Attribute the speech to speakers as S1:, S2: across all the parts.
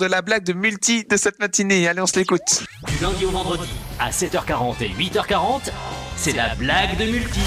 S1: de la blague de multi de cette matinée. Allez, on se l'écoute.
S2: Du lundi au vendredi, à 7h40 et 8h40, c'est la blague de multi.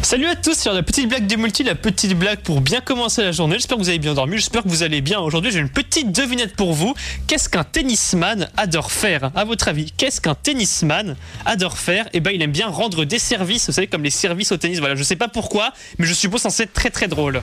S3: Salut à tous, c'est la petite blague du multi, la petite blague pour bien commencer la journée. J'espère que vous avez bien dormi, j'espère que vous allez bien. Aujourd'hui, j'ai une petite devinette pour vous. Qu'est-ce qu'un tennisman adore faire À votre avis, qu'est-ce qu'un tennisman adore faire Eh ben, il aime bien rendre des services, vous savez, comme les services au tennis. Voilà, je sais pas pourquoi, mais je suppose que c'est très très drôle.